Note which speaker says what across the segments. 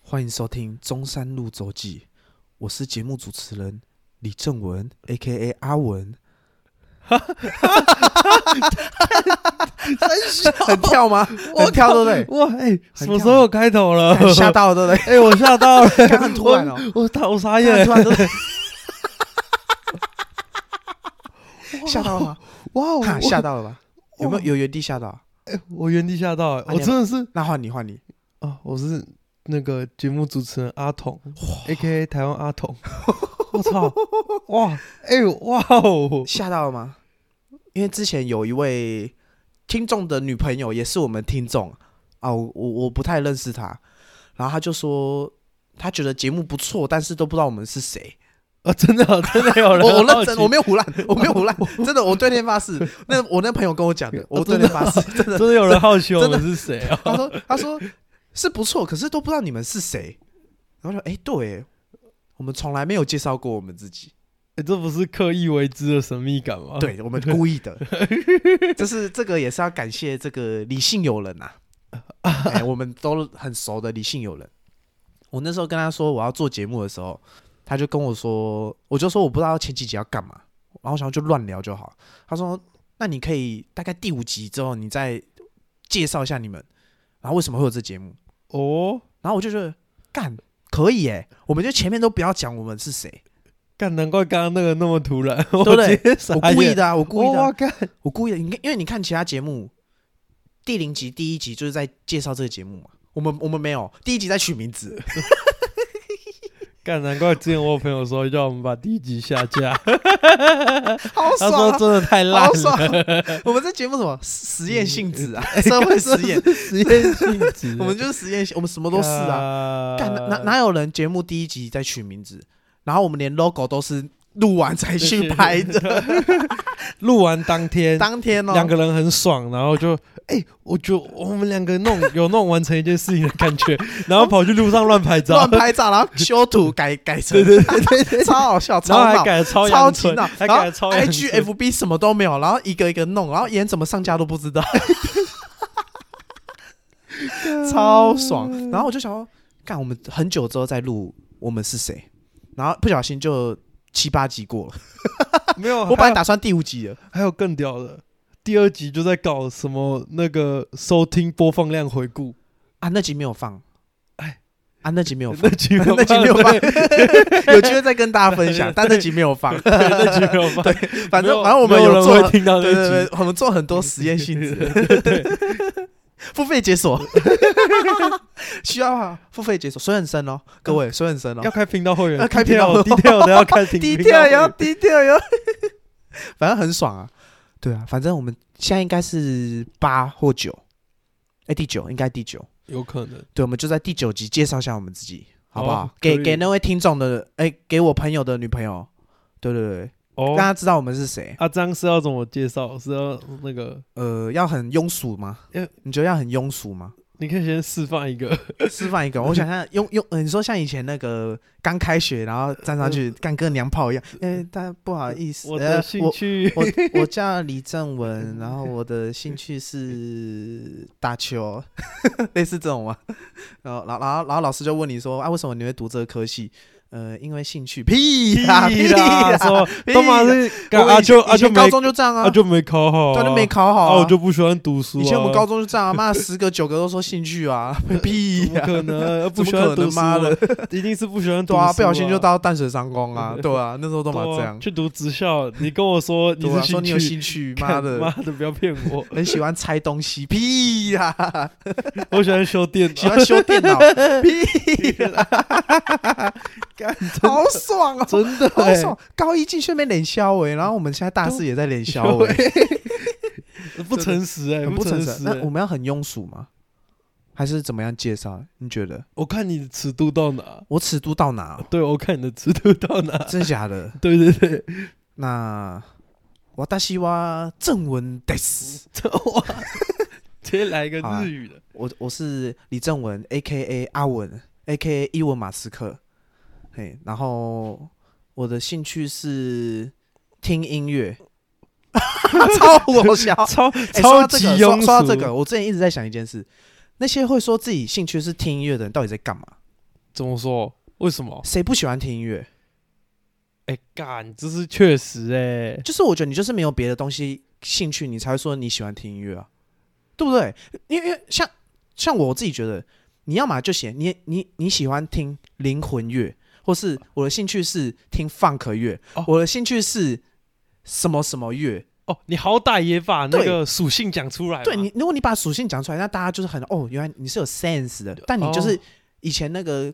Speaker 1: 欢迎收听《中山路周记》，我是节目主持人李正文 （A.K.A. 阿文
Speaker 2: 真小，》，
Speaker 1: 很跳吗？
Speaker 2: 我
Speaker 1: 很跳对不对
Speaker 2: 哇，哎、
Speaker 1: 很
Speaker 2: 什么时候有开头了？
Speaker 1: 看？吓！到了对不 对？
Speaker 2: 哎、我吓 到了，
Speaker 1: 刚很突然哦
Speaker 2: 我我打我傻
Speaker 1: 哎呀，
Speaker 2: 眼
Speaker 1: 突，然对不对 吓到了吗？
Speaker 2: 哇哦
Speaker 1: 哈， 吓！到了吧？
Speaker 2: 哇
Speaker 1: 有没有有原地吓到？
Speaker 2: 我哎我原地吓到、哎
Speaker 1: 啊
Speaker 2: 我真的是
Speaker 1: 那换你，换你，
Speaker 2: 啊，我是那个节目主持人阿童，A K A 台湾 阿童。我操！哇，哎、哇哦！
Speaker 1: 吓到了吗？因为之前有一位听众的女朋友也是我们听众啊，我我我不太认识她，然后她就说她觉得节目不错，但是都不知道我们是谁。
Speaker 2: 啊，真的真的有 人
Speaker 1: 我我
Speaker 2: 好
Speaker 1: 认
Speaker 2: 奇
Speaker 1: 真，我没有胡乱，我没有胡 乱，真的，我对天发誓。那我那朋友跟我讲的， 我对天发誓，真的。
Speaker 2: 真的有人好奇我
Speaker 1: 真的
Speaker 2: 们是谁 啊？
Speaker 1: 他说他说是不错，可是都不知道你们是谁。然后就哎、对耶，我们从来没有介绍过我们自己，
Speaker 2: 哎这不是刻意为之的神秘感吗？，
Speaker 1: 对我 们故意的。就是这个也是要感谢这个理性友人 呐、哎我们都很熟的理性友人。我那时候跟他说我要做节目的时候，他就跟我说，我就说我不知道前几集要干嘛，然后我想就乱聊就好。他说：“那你可以大概第五集之后，你再介绍一下你们，然后为什么会有这节目。
Speaker 2: 哦，”
Speaker 1: 然后我就觉得干可以耶，我们就前面都不要讲我们是谁，
Speaker 2: 干，难怪刚刚那个那么突然， 我
Speaker 1: 对不对
Speaker 2: 直接傻
Speaker 1: 我故意
Speaker 2: 眼，
Speaker 1: 的啊，我故意的啊、
Speaker 2: 哇干，
Speaker 1: 我故意的。你看，因为你看其他节目，第零集第一集就是在介绍这个节目嘛。我们我们没有第一集在取名 字，
Speaker 2: 干，难怪之前我有朋友说叫我们把第一集下 架，
Speaker 1: 好
Speaker 2: 他说
Speaker 1: 爽、
Speaker 2: 真的太
Speaker 1: 啊，
Speaker 2: 烂
Speaker 1: 好
Speaker 2: 了，
Speaker 1: 爽啊、 我们这节目什么实实验性质 啊，社会实验，
Speaker 2: 实验性质，
Speaker 1: 我们就是实验性，我们什么
Speaker 2: 我
Speaker 1: 都是啊。
Speaker 2: 啊
Speaker 1: 干哪哪哪有人节目第一集在取名字，然后我们连 logo 都是录完才去拍的，
Speaker 2: 录完当天，
Speaker 1: 当天哦，
Speaker 2: 两个人很爽，然后就哎、我就我们两个弄 有弄完成一件事情的感觉，然后跑去路上乱拍照
Speaker 1: 乱，拍照，然后修图改改成，
Speaker 2: 对对对对对，
Speaker 1: 超好笑，
Speaker 2: 然
Speaker 1: 超
Speaker 2: 后还
Speaker 1: 闹。
Speaker 2: 改得
Speaker 1: 超
Speaker 2: 超阳
Speaker 1: 级
Speaker 2: 春，
Speaker 1: 闹，
Speaker 2: 还
Speaker 1: 然
Speaker 2: 改
Speaker 1: 后
Speaker 2: 得超阳
Speaker 1: I
Speaker 2: 春
Speaker 1: G F B 什么都没有，然后一个一个弄，然后演怎么上架都不知 道，超爽。
Speaker 2: 嗯
Speaker 1: 然后我就想说，干，我们很久之后再录，我们是谁？然后不小心就七八集过了，
Speaker 2: 没有，
Speaker 1: 我本
Speaker 2: 哦还
Speaker 1: 来
Speaker 2: 有
Speaker 1: 打算第五集了，
Speaker 2: 还有更屌的，第二集就在搞什么那个收听播放量回顾，
Speaker 1: 啊，那集没有放，哎
Speaker 2: 哎，
Speaker 1: 啊， 那集没有放。
Speaker 2: 那集
Speaker 1: 那集没有放
Speaker 2: 放，对
Speaker 1: 有机会再跟大家分享，但那集没有放。
Speaker 2: 那集没有放，
Speaker 1: 反
Speaker 2: 没有
Speaker 1: 正反正我们
Speaker 2: 没有人
Speaker 1: 做，
Speaker 2: 会听到
Speaker 1: 对对
Speaker 2: 那
Speaker 1: 对
Speaker 2: 集，，
Speaker 1: 我们做很多实验性质， 付费解 锁，需要啊，付费解锁，水很深哦，各位水很深哦
Speaker 2: 嗯 要，开频道会员，
Speaker 1: 要开频道会员
Speaker 2: 低调 的要开频，
Speaker 1: 低
Speaker 2: 频
Speaker 1: 调
Speaker 2: 道
Speaker 1: 哟，
Speaker 2: 会员
Speaker 1: 低调哟， 反正很爽啊，对啊，反正我们现在应该是八或九，哎，第九应该第九，
Speaker 2: 有可能。
Speaker 1: 对，我们就在第九集介绍一下我们自己，好不好
Speaker 2: 好？啊
Speaker 1: 给
Speaker 2: 可以
Speaker 1: 给那位听众的，哎，给我朋友的女朋友，对对对，让
Speaker 2: 哦，
Speaker 1: 他知道我们是谁。
Speaker 2: 啊，这样是要怎么介绍？是要那个？
Speaker 1: 呃，要很庸俗吗
Speaker 2: 要？
Speaker 1: 你觉得要很庸俗吗？
Speaker 2: 你可以先示范一个，
Speaker 1: 示范一个，我想象用用、呃，你说像以前那个刚开学，然后站上去干跟娘炮一样，哎、大家不好意思，
Speaker 2: 呃我
Speaker 1: 呃
Speaker 2: 的兴趣。
Speaker 1: 我我我叫李正文，然后我的兴趣 是打球， 类似这种嘛。然后，然后，然后，然后老师就问你说啊，为什么你会读这个科系？呃，因为兴趣，啊屁 啦，
Speaker 2: 屁
Speaker 1: 啦，
Speaker 2: 啦！ 说
Speaker 1: 屁
Speaker 2: 他妈
Speaker 1: 啦
Speaker 2: 是
Speaker 1: 我
Speaker 2: 干啊
Speaker 1: 以前
Speaker 2: 就
Speaker 1: 以
Speaker 2: 啊就
Speaker 1: 前
Speaker 2: 没
Speaker 1: 高中就这样啊
Speaker 2: 啊，就没考好啊，
Speaker 1: 对就没考好
Speaker 2: 啊，我就不喜欢读书啊。
Speaker 1: 以前我们高中就这样啊，妈十个九个都说兴趣啊，屁
Speaker 2: 怎么
Speaker 1: 呀，
Speaker 2: 可能不
Speaker 1: 怎么
Speaker 2: 喜
Speaker 1: 可
Speaker 2: 欢读
Speaker 1: 能？
Speaker 2: 书
Speaker 1: 妈
Speaker 2: 啊
Speaker 1: 的！，
Speaker 2: 一定是不喜欢读
Speaker 1: 对
Speaker 2: 书
Speaker 1: 啊，不小心就到淡水商工啊，对啊，那时候都嘛
Speaker 2: 对啊
Speaker 1: 这样，
Speaker 2: 去读职校，你跟我说你
Speaker 1: 对啊，
Speaker 2: 是
Speaker 1: 说
Speaker 2: 兴
Speaker 1: 你有
Speaker 2: 趣，
Speaker 1: 兴趣，
Speaker 2: 干
Speaker 1: 妈的，
Speaker 2: 妈的不要骗我，
Speaker 1: 很喜欢拆东西，屁呀、
Speaker 2: 我喜欢修电
Speaker 1: 喜
Speaker 2: 脑，
Speaker 1: 欢修电脑，屁呀、
Speaker 2: 干
Speaker 1: 好爽哦、
Speaker 2: 真的
Speaker 1: 好
Speaker 2: 欸
Speaker 1: 爽！高一进去被脸削尾，然后我们现在大四也在脸削尾，
Speaker 2: 不诚实哎，
Speaker 1: 很不
Speaker 2: 诚
Speaker 1: 诚实。那
Speaker 2: 欸
Speaker 1: 我们要很庸俗吗？还是怎么样介绍？你觉得
Speaker 2: 我看你的尺度到哪？
Speaker 1: 我尺度到哪？
Speaker 2: 对，我看你的尺度到哪？
Speaker 1: 真的假的？
Speaker 2: 对对对，
Speaker 1: 那我大西哇正文得死。
Speaker 2: 哇，直接来一个
Speaker 1: 好啊
Speaker 2: 日语的，
Speaker 1: 我我是李正文，A K A 阿文，A K A 伊文马斯克，嘿，然后我的兴趣是听音乐，超我笑。
Speaker 2: 超
Speaker 1: 欸说
Speaker 2: 超
Speaker 1: 到这
Speaker 2: 级
Speaker 1: 个
Speaker 2: 庸
Speaker 1: 说说
Speaker 2: 俗。
Speaker 1: 到这个，我之前一直在想一件事，那些会说自己兴趣是听音乐的人到底在干嘛？
Speaker 2: 怎么说？为什么？
Speaker 1: 谁不喜欢听音乐？
Speaker 2: 哎、干，这是确实哎、
Speaker 1: 就是我觉得你就是没有别的东西兴趣，你才会说你喜欢听音乐啊，对不对？因为因为像像我自己觉得，你要么就写你你你喜欢听灵魂乐，或是我的兴趣是听 funk 乐，
Speaker 2: 哦
Speaker 1: 我的兴趣是什么什么乐。
Speaker 2: 哦，你好歹也把那
Speaker 1: 对
Speaker 2: 个属性讲出来嘛。
Speaker 1: 对你，如果你把属性讲出来，那大家就是很哦，原来你是有 sense 的，但你就是
Speaker 2: 哦
Speaker 1: 以前那个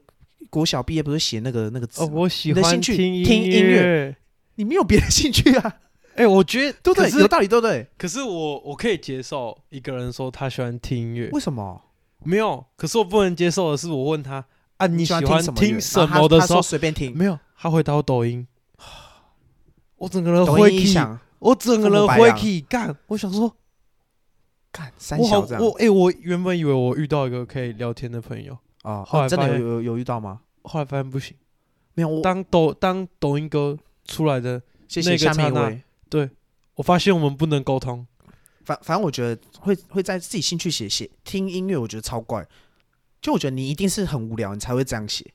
Speaker 1: 国小毕业不是写那个那个字
Speaker 2: 哦，
Speaker 1: 吗，
Speaker 2: 我喜
Speaker 1: 你的
Speaker 2: 欢
Speaker 1: 兴趣
Speaker 2: 音
Speaker 1: 听音
Speaker 2: 乐。
Speaker 1: 你没有别的兴趣啊，
Speaker 2: 哎、我觉得
Speaker 1: 对不对？
Speaker 2: 可
Speaker 1: 有
Speaker 2: 是
Speaker 1: 道理，对不对？
Speaker 2: 可是我我可以接受一个人说他喜欢听音乐，
Speaker 1: 为什么？
Speaker 2: 没有。可是我不能接受的是，我问他啊，你喜
Speaker 1: 喜欢
Speaker 2: 欢
Speaker 1: 什么乐
Speaker 2: 听什
Speaker 1: 然后他
Speaker 2: 么的
Speaker 1: 他
Speaker 2: 时
Speaker 1: 说
Speaker 2: 候，
Speaker 1: 随便听，
Speaker 2: 没有，他回答我抖音， 我整个人
Speaker 1: 抖
Speaker 2: 呃会
Speaker 1: 音音
Speaker 2: 气，
Speaker 1: 响，
Speaker 2: 我整个
Speaker 1: 父母
Speaker 2: 人
Speaker 1: 白
Speaker 2: 会
Speaker 1: 养
Speaker 2: 气干。我想说，
Speaker 1: 干三
Speaker 2: 我好
Speaker 1: 小这样
Speaker 2: 我哎、我原本以为我遇到一个可以聊天的朋友，
Speaker 1: 哦，
Speaker 2: 后
Speaker 1: 哦
Speaker 2: 来
Speaker 1: 真
Speaker 2: 发
Speaker 1: 的有
Speaker 2: 现
Speaker 1: 有有遇到吗？
Speaker 2: 后来发现不行。
Speaker 1: 没有，我
Speaker 2: 当抖当抖音哥出来的，
Speaker 1: 谢
Speaker 2: 那
Speaker 1: 谢
Speaker 2: 个
Speaker 1: 下面一
Speaker 2: 刹那
Speaker 1: 位。
Speaker 2: 我发现我们不能沟通。
Speaker 1: 反反正我觉得会会在自己兴趣写写听音乐，我觉得超怪。就我觉得你一定是很无聊，你才会这样写。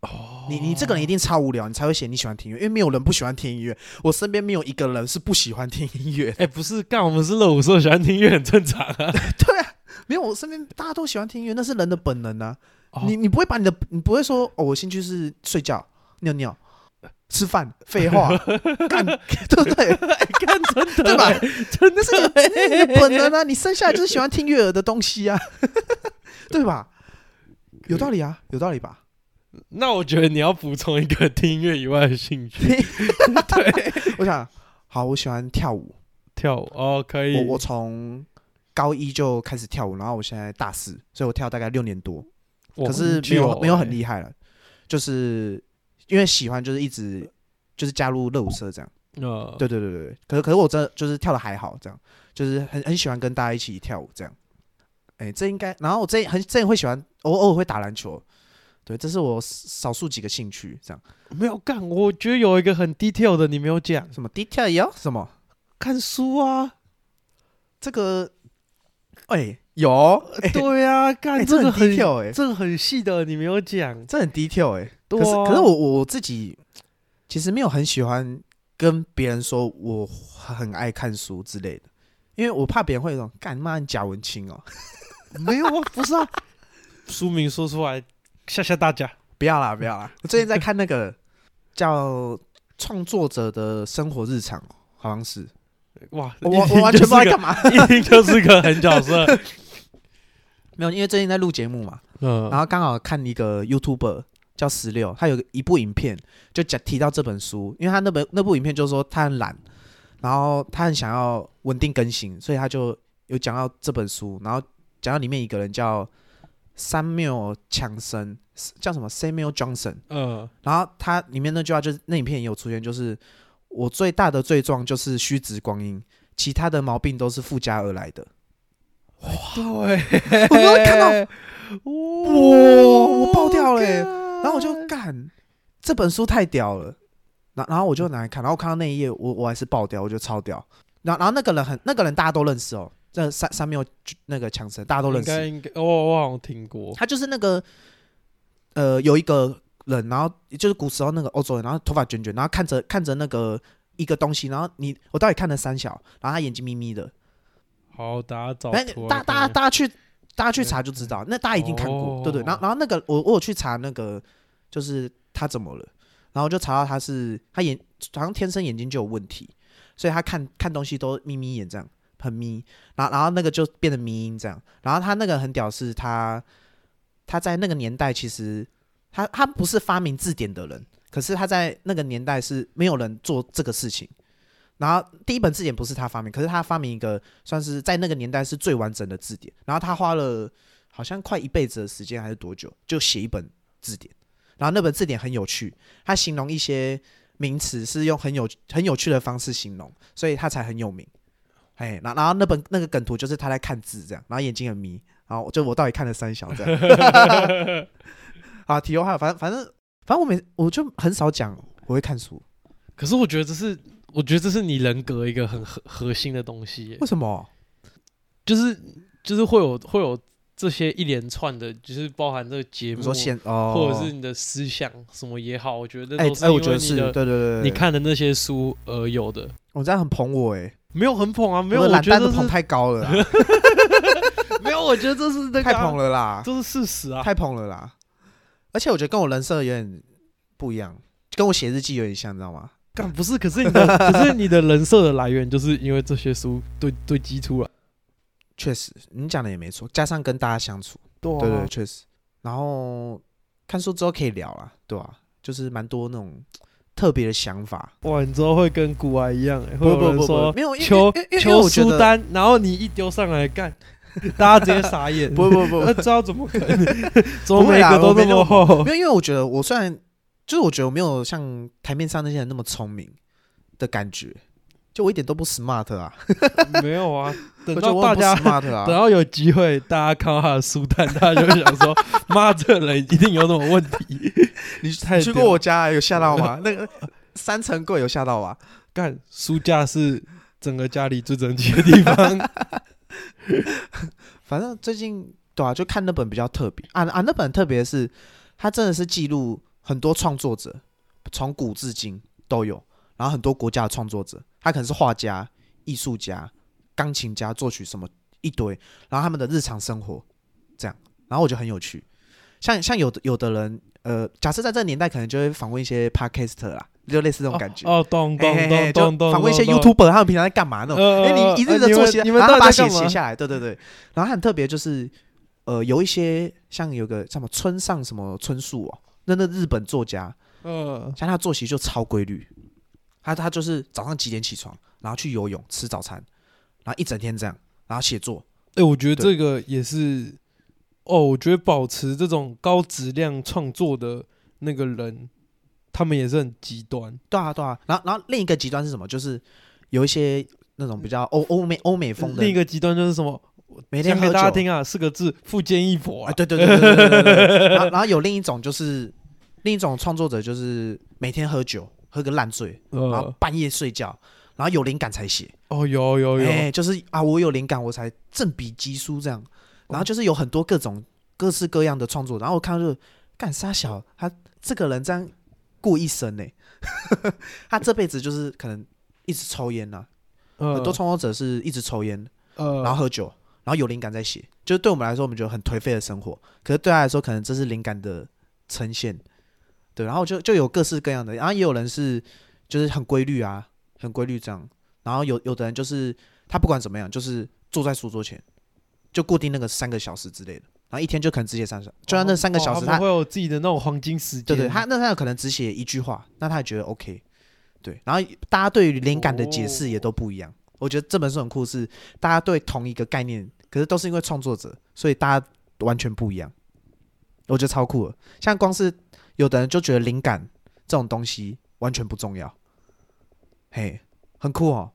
Speaker 2: 哦
Speaker 1: 你你这个人一定超无聊，你才会写你喜欢听音乐，因为没有人不喜欢听音乐。我身边没有一个人是不喜欢听音乐的。
Speaker 2: 哎、不是干，我们是热舞社，喜欢听音乐很正常啊。
Speaker 1: 对啊，没有，我身边大家都喜欢听音乐，那是人的本能啊。
Speaker 2: 哦
Speaker 1: 你你不会把你的，你不会说哦，我兴趣是睡觉、尿尿、吃饭，废话， 干，对不对？
Speaker 2: 哎干真的
Speaker 1: 对吧
Speaker 2: 欸？真的
Speaker 1: 那是你的那是你的本能啊！你生下来就是喜欢听悦耳的东西啊，对吧？有道理啊，有道理吧？
Speaker 2: 那我觉得你要补充一个听音乐以外的兴趣，
Speaker 1: 我想，好，我喜欢跳舞，
Speaker 2: 跳舞哦，可以。
Speaker 1: 我我从高一就开始跳舞，然后我现在大四，所以我跳大概六年多，
Speaker 2: 哇
Speaker 1: 可是
Speaker 2: 很
Speaker 1: 没有
Speaker 2: 久
Speaker 1: 没有很
Speaker 2: 欸
Speaker 1: 厉害了，就是因为喜欢，就是一直就是加入热舞社这样。
Speaker 2: 呃，
Speaker 1: 对对对对，对可是可是我真的就是跳的还好，这样就是很很喜欢跟大家一起跳舞这样。哎，这应该，然后我这很这也会喜欢，偶偶尔会打篮球，对，这是我少数几个兴趣，这样
Speaker 2: 没有干。我觉得有一个很 detail 的你没有讲，
Speaker 1: 什么 detail 也要什么
Speaker 2: 看书 啊，
Speaker 1: 这个，哎，有，哎，
Speaker 2: 对啊，干
Speaker 1: 哎
Speaker 2: 这
Speaker 1: 这
Speaker 2: 个
Speaker 1: 很
Speaker 2: 很
Speaker 1: detail 哎，
Speaker 2: 这个很细的你没有 讲。
Speaker 1: 这很 detail 哎，
Speaker 2: 对
Speaker 1: 可是
Speaker 2: 啊
Speaker 1: 可是我我自己其实没有很喜欢跟别人说我很爱看书之类的，因为我怕别人会有一种干妈你假文青哦，
Speaker 2: 没有啊，不是啊，书名说出来吓吓大家。
Speaker 1: 不要啦，不要啦！我最近在看那 个叫《创作者的生活日常》，哦好像是
Speaker 2: 哇，
Speaker 1: 我
Speaker 2: 一
Speaker 1: 我
Speaker 2: 听
Speaker 1: 我完
Speaker 2: 就
Speaker 1: 全不知道在
Speaker 2: 是个
Speaker 1: 干嘛。
Speaker 2: 一听就是个狠角 色。
Speaker 1: 没有，因为最近在录节目嘛，
Speaker 2: 嗯
Speaker 1: 然后刚好看一个 YouTuber 叫十六，他有一部影片就讲提到这本书，因为他那本那部影片就是说他很懒，然后他很想要稳定更新，所以他就有讲到这本书，然后讲到里面一个人叫 Samuel 强森，叫什么 Samuel Johnson。
Speaker 2: 嗯，
Speaker 1: 然后它里面那句话就是那影片也有出现，就是我最大的罪状就是虚值光阴，其他的毛病都是附加而来的。
Speaker 2: 对，
Speaker 1: 我刚刚看到，
Speaker 2: 哇
Speaker 1: 我爆掉了欸然
Speaker 2: 然
Speaker 1: 后我就干，这本书太屌了。然然后我就拿来看，然后我看到那一页，我我还是爆掉，我觉得超屌。然后然后那个人很，那个人大家都认识哦，这三三缪那个强森大家都认
Speaker 2: 应该
Speaker 1: 识，
Speaker 2: 应该，哦我我好像听过。
Speaker 1: 他就是那个呃有一个人，然后就是古时候那个欧洲人，然后头发卷卷，然后看着看着那个一个东西，然后你我到底看了三小，然后他眼睛眯眯的，
Speaker 2: 好，大家找
Speaker 1: 那
Speaker 2: 图
Speaker 1: 哎大
Speaker 2: 来
Speaker 1: 大家
Speaker 2: 看
Speaker 1: 大家去大家去查就知道，那大家一定看过，对对。然后然后那个我我有去查那个，就是他怎么了，然后就查到他是他眼好像天生眼睛就有问题，所以他看看东西都眯眯眼这样，很眯。然后然后那个就变得迷音这样。然后他那个很屌是他他在那个年代其实他他不是发明字典的人，可是他在那个年代是没有人做这个事情。然后第一本字典不是他发明，可是他发明一个算是在那个年代是最完整的字典。然后他花了好像快一辈子的时间还是多久，就写一本字典。然后那本字典很有趣，他形容一些名词是用很有很有趣的方式形容，所以他才很有名。哎，然然后那本那个梗图就是他在看字这样，然后眼睛很迷，然后就我到底看了三小这 样。啊，题外话，反正反正反正我每我就很少讲我会看书，
Speaker 2: 可是我觉得这是，我觉得这是你人格一个很核核心的东西耶，
Speaker 1: 为什么？
Speaker 2: 就是就是会有会有这些一连串的，就是包含这个节
Speaker 1: 你
Speaker 2: 目，
Speaker 1: 说现哦，
Speaker 2: 或者是你的思想什么也好，我觉得
Speaker 1: 哎
Speaker 2: 都是
Speaker 1: 哎，我
Speaker 2: 因
Speaker 1: 觉
Speaker 2: 为
Speaker 1: 得
Speaker 2: 你
Speaker 1: 是
Speaker 2: 的、
Speaker 1: 对对对，
Speaker 2: 你，看的那些书而有的。
Speaker 1: 我这样很捧我哎，
Speaker 2: 没有很捧啊，没有，
Speaker 1: 我的
Speaker 2: 我
Speaker 1: 懒
Speaker 2: 觉得
Speaker 1: 蛋
Speaker 2: 这
Speaker 1: 的
Speaker 2: 是
Speaker 1: 捧太高了啦，
Speaker 2: 没有，我觉得这是那个、
Speaker 1: 太捧，了啦，
Speaker 2: 这是事实啊。
Speaker 1: 太捧了啦。而且我觉得跟我人设有点不一样，跟我写日记有点像，你知道吗？
Speaker 2: 干不是，可是你的，可是你的人设的来源就是因为这些书堆堆积出来。
Speaker 1: 确实，你讲的也没错，加上跟大家相处，
Speaker 2: 对啊
Speaker 1: 对对，确实。然后看书之后可以聊啦，对吧、就是蛮多那种特别的想法。
Speaker 2: 哇，你之后会跟古玩一样、欸，会有人说
Speaker 1: 没有因为
Speaker 2: 求
Speaker 1: 因为因为因为
Speaker 2: 求
Speaker 1: 我觉
Speaker 2: 书
Speaker 1: 得
Speaker 2: 单，然后你一丢上来干，大家直接傻 眼。
Speaker 1: 不不 不，
Speaker 2: 那知道怎么可能？ 怎么
Speaker 1: 不会
Speaker 2: 每
Speaker 1: 啦
Speaker 2: 个都
Speaker 1: 我没
Speaker 2: 那
Speaker 1: 那么
Speaker 2: 么厚
Speaker 1: 没？有，因为我觉得我虽然就是我觉得我没有像台面上那些人那么聪明的感觉，就我一点都不 smart 啊，
Speaker 2: 没有啊， 等
Speaker 1: 我觉得
Speaker 2: 到
Speaker 1: 我
Speaker 2: 大
Speaker 1: 很不
Speaker 2: 家
Speaker 1: smart 啊，
Speaker 2: 等到有机会，大家看到他的书单，大家就会想说：“妈，这人一定有什么问题。
Speaker 1: 你
Speaker 2: 太
Speaker 1: 你去
Speaker 2: 屌
Speaker 1: 过我家有吓到 吗？那个三层柜有吓到吧？”
Speaker 2: 干，书架是整个家里最整齐的地 方。
Speaker 1: 反正最近对啊，就看那本比较特别啊啊，那本特别是它真的是记录很多创作者，从古至今都有，然后很多国家的创作者，他可能是画家、艺术家、钢琴家、作曲什么一堆，然后他们的日常生活这样，然后我觉得很有趣。像像有的有的人，呃，假设在这个年代，可能就会访问一些 podcaster 啦，就类似这种感觉。
Speaker 2: 哦，懂
Speaker 1: 嘿嘿
Speaker 2: 懂
Speaker 1: 嘿就
Speaker 2: 懂懂懂，
Speaker 1: 访问一些
Speaker 2: 懂
Speaker 1: YouTuber，他们平常在干嘛那种。
Speaker 2: 呃
Speaker 1: 哎、
Speaker 2: 呃
Speaker 1: 你一
Speaker 2: 呃
Speaker 1: 日的
Speaker 2: 你
Speaker 1: 作
Speaker 2: 们
Speaker 1: 息，
Speaker 2: 你们
Speaker 1: 然后
Speaker 2: 到
Speaker 1: 他把
Speaker 2: 底在
Speaker 1: 写
Speaker 2: 干嘛
Speaker 1: 写下来，对对对。然后他很特别，就是呃，有一些像有个什么村上什么春树哦，那那日本作家，
Speaker 2: 嗯，
Speaker 1: 像他作息就超规律，他他就是早上几点起床，然后去游泳吃早餐，然后一整天这样，然后写作。
Speaker 2: 哎，我觉得
Speaker 1: 对
Speaker 2: 这个也是哦，我觉得保持这种高质量创作的那个人，他们也是很极端。
Speaker 1: 对啊对啊。然后然后另一个极端是什么？就是有一些那种比较欧欧美欧美风的，
Speaker 2: 另一个极端就是什么？
Speaker 1: 每天
Speaker 2: 讲
Speaker 1: 喝
Speaker 2: 给
Speaker 1: 酒
Speaker 2: 大家听啊，四个字：富坚义博
Speaker 1: 啊，
Speaker 2: 啊。
Speaker 1: 对对对对对对对对对。然后然后有另一种就是另一种创作者就是每天喝酒，喝个烂醉。然后
Speaker 2: 呃，
Speaker 1: 半夜睡觉，然后有灵感才写。
Speaker 2: 哦，有有有，
Speaker 1: 哎、就是啊，我有灵感，我才振笔疾书这样。然后就是有很多各种各式各样的创作，然后我看到就干沙小，他这个人这样过一生呢、 他这辈子就是可能一直抽烟呐、
Speaker 2: 很
Speaker 1: 很多创作者是一直抽烟，
Speaker 2: 呃，
Speaker 1: 然后喝酒，然后有灵感再写。就是对我们来说，我们觉得很颓废的生活，可是对他来说，可能这是灵感的呈现。对，然后就就有各式各样的，然后也有人是就是很规律啊，很规律这样。然后有有的人就是他不管怎么样，就是坐在书桌前，就固定那个三个小时之类的，然后一天就可能只写三小，就算那三个小时
Speaker 2: 哦
Speaker 1: 他
Speaker 2: 他们会有自己的那种黄金时间。
Speaker 1: 对对，他那他有可能只写一句话，那他也觉得 OK。对，然后大家对于灵感的解释也都不一样。我觉得这本书很酷是，大家对同一个概念，可是都是因为创作者，所以大家完全不一样。我觉得超酷的，像光是有的人就觉得灵感这种东西完全不重要，嘿，很酷哦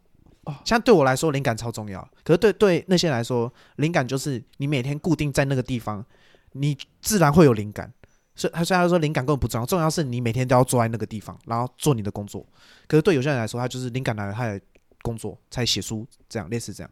Speaker 2: 哦。
Speaker 1: 像对我来说，灵感超重要，可是对对那些人来说，灵感就是你每天固定在那个地方，你自然会有灵感。所以他虽然说灵感根本不重要，重要是你每天都要坐在那个地方，然后做你的工作。可是对有些人来说，他就是灵感来了，他也工作才写书，这样类似这样。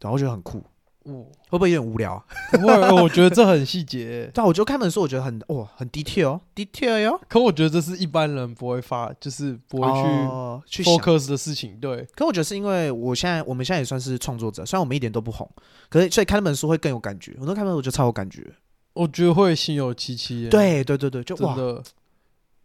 Speaker 1: 然后我觉得很酷，
Speaker 2: 哦
Speaker 1: 会不会有点无聊啊？
Speaker 2: 不会，呃我觉得这很
Speaker 1: ，
Speaker 2: 细节
Speaker 1: 但我就看本书，我觉得很哇，很 detail 哦 detail 哟，
Speaker 2: 可我觉得这是一般人不会发，就是不会去
Speaker 1: 哦去想。
Speaker 2: focus 的事情。对，
Speaker 1: 可我觉得是因为我现在我们现在也算是创作者，虽然我们一点都不红，可是所以看那本书会更有感觉。我都看那本书就超有感觉。
Speaker 2: 我觉得会心有戚戚焉。，
Speaker 1: 对对对对，就
Speaker 2: 真
Speaker 1: 哇，
Speaker 2: 的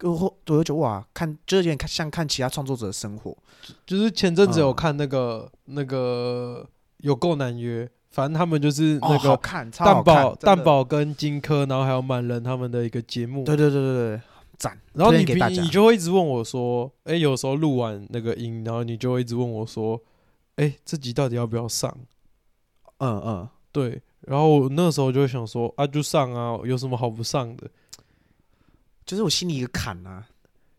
Speaker 1: 我我就觉得哇，看就是有点看像看其他创作者的生活。
Speaker 2: 就是前阵子有
Speaker 1: 嗯
Speaker 2: 看那个那个有够难约，反正他们就是
Speaker 1: 哦，
Speaker 2: 那
Speaker 1: 好
Speaker 2: 个
Speaker 1: 看，超
Speaker 2: 蛋
Speaker 1: 好看
Speaker 2: 宝
Speaker 1: 真的
Speaker 2: 蛋宝跟荆轲，然后还有满人他们的一个节目。
Speaker 1: 对对对对对，
Speaker 2: 然后
Speaker 1: 推
Speaker 2: 你
Speaker 1: 荐给
Speaker 2: 比
Speaker 1: 大家
Speaker 2: 你就会一直问我说，哎，有时候录完那个音，然后你就会一直问我说，哎，这集到底要不要上？
Speaker 1: 嗯嗯，
Speaker 2: 对，然后我那时候就会想说啊，就上啊，有什么好不上的？
Speaker 1: 就是我心里一个坎啊。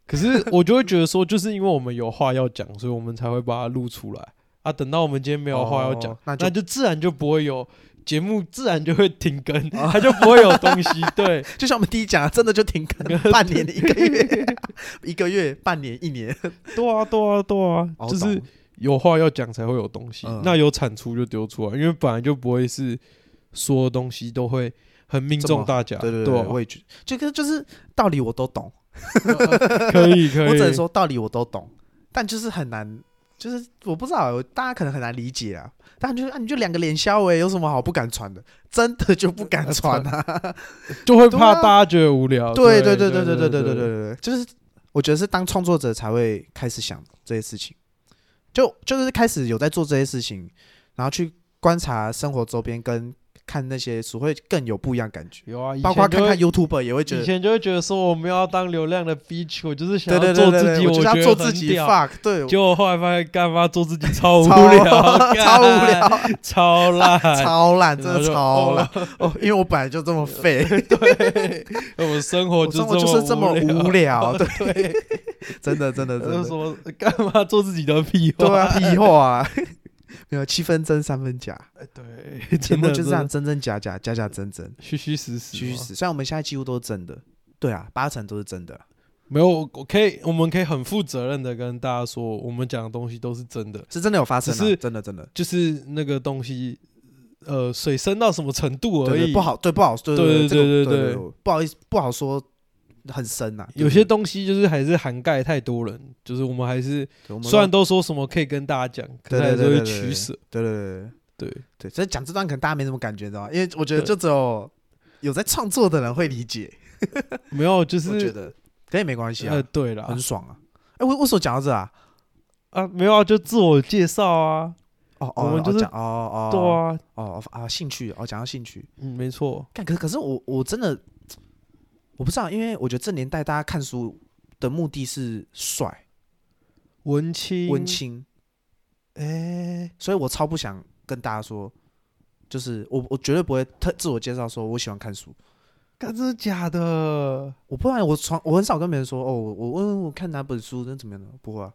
Speaker 2: 可是我就会觉得说，就是因为我们有话要讲，所以我们才会把它录出来啊。等到我们今天没有话要讲，
Speaker 1: 哦那就
Speaker 2: 就自然就不会有节目，自然就会 停更，
Speaker 1: 哦
Speaker 2: 它就不会有东西。对，
Speaker 1: 就像我们第一讲啊，真的就停更 半年、一个月、 一个月、半年、一年，
Speaker 2: 对啊，对啊，对啊，
Speaker 1: 哦
Speaker 2: 就是有话要讲才会有东西。
Speaker 1: 嗯
Speaker 2: 那有产出就丢出来，因为本来就不会是所有东西都会很命中大家，
Speaker 1: 对对
Speaker 2: 对
Speaker 1: 对，啊
Speaker 2: 吧
Speaker 1: 我也觉得这个就是道理我都懂，
Speaker 2: 可以可以，
Speaker 1: 我只能说道理我都懂，但就是很难，就是我不知道，我大家可能很难理解啊。但就是啊，你就两个脸消哎，有什么好不敢穿的？真的就不敢穿啊！
Speaker 2: 就会
Speaker 1: 对
Speaker 2: 怕
Speaker 1: 啊
Speaker 2: 大家觉得无聊。
Speaker 1: 对对
Speaker 2: 哦对
Speaker 1: 对对
Speaker 2: 对
Speaker 1: 对对对对
Speaker 2: 对，
Speaker 1: 对对，就是我觉得是当创作者才会开始想这些事情，就就是开始有在做这些事情，然后去观察生活周边跟看那些书，会更有不一样感觉。
Speaker 2: 有啊，以
Speaker 1: 包括
Speaker 2: 前就
Speaker 1: 看
Speaker 2: 会
Speaker 1: 看 YouTube 也会觉
Speaker 2: 以
Speaker 1: 得
Speaker 2: 前就会觉得说我们要当流量的 bitch，我就是想
Speaker 1: 对
Speaker 2: 要
Speaker 1: 对
Speaker 2: 做
Speaker 1: 对
Speaker 2: 自
Speaker 1: 对
Speaker 2: 己，
Speaker 1: 对，我就
Speaker 2: 觉
Speaker 1: 要
Speaker 2: 得
Speaker 1: 做
Speaker 2: 很
Speaker 1: 自己
Speaker 2: 屌。
Speaker 1: fuck，对，
Speaker 2: 结果后来发现干妈做自己超无
Speaker 1: 超
Speaker 2: 聊，
Speaker 1: 超无聊
Speaker 2: 干，超烂，
Speaker 1: 超烂，真
Speaker 2: 然后
Speaker 1: 的
Speaker 2: 就
Speaker 1: 超烂。哦，因为我本来就这么废，
Speaker 2: 我生活
Speaker 1: 我
Speaker 2: 就
Speaker 1: 生活就是这么
Speaker 2: 无
Speaker 1: 无
Speaker 2: 聊。
Speaker 1: 聊，对，真的 真的真
Speaker 2: 就
Speaker 1: 的
Speaker 2: 是，说干嘛做自己的屁话？
Speaker 1: 对啊，屁话啊， 没有七分真三分假，
Speaker 2: 对，
Speaker 1: 节
Speaker 2: 真
Speaker 1: 目
Speaker 2: 的
Speaker 1: 就这样
Speaker 2: 真的
Speaker 1: 真真假假，假假真真，
Speaker 2: 虚虚实实，
Speaker 1: 虚虚实。虽然我们现在几乎都是真的，对啊，八成都是真的啊，
Speaker 2: 没有，我我可以，我们可以很负责任的跟大家说，我们讲的东西都是真的，
Speaker 1: 是真的有发生
Speaker 2: 只是
Speaker 1: 啊，真的真的，
Speaker 2: 就是那个东西，呃，水深到什么程度而
Speaker 1: 对
Speaker 2: 已。
Speaker 1: 对，不，好，对不好，对
Speaker 2: 对
Speaker 1: 对这个对
Speaker 2: 对对对
Speaker 1: 对，对不好意思，不好说很深呐，
Speaker 2: 有些
Speaker 1: 对
Speaker 2: 东西就是还是涵盖太多人，就是我们还是
Speaker 1: 对我们
Speaker 2: 虽然都说什么可以跟大家讲，可
Speaker 1: 对
Speaker 2: 是
Speaker 1: 对
Speaker 2: 还是
Speaker 1: 对
Speaker 2: 会
Speaker 1: 对对
Speaker 2: 取舍。
Speaker 1: 对对对对。
Speaker 2: 对，
Speaker 1: 对，所以讲这段可能大家没什么感觉，你知道吗？因为我觉得
Speaker 2: 对
Speaker 1: 就只有有在创作的人会理解，
Speaker 2: 没有，就
Speaker 1: 我觉
Speaker 2: 是
Speaker 1: 得，可也没关系啊，
Speaker 2: 呃，对啦
Speaker 1: 很，爽啊。哎、我为什么讲到这啊？
Speaker 2: 啊，没有啊，就自我介绍啊，
Speaker 1: 哦哦，
Speaker 2: 我们就是
Speaker 1: 哦讲哦哦，
Speaker 2: 对啊，
Speaker 1: 哦，哦啊，兴趣哦，讲到兴趣，
Speaker 2: 嗯，没错，
Speaker 1: 但可可是我我真的我不知道，因为我觉得这年代大家看书的目的是帅、
Speaker 2: 文青，
Speaker 1: 温，馨，
Speaker 2: 哎，
Speaker 1: 所以我超不想跟大家说，就是我我绝对不会特自我介绍说我喜欢看书，
Speaker 2: 干真的假的？
Speaker 1: 我不然我从我很少跟别人说哦，我我问我看哪本书那怎么样的，不会、啊，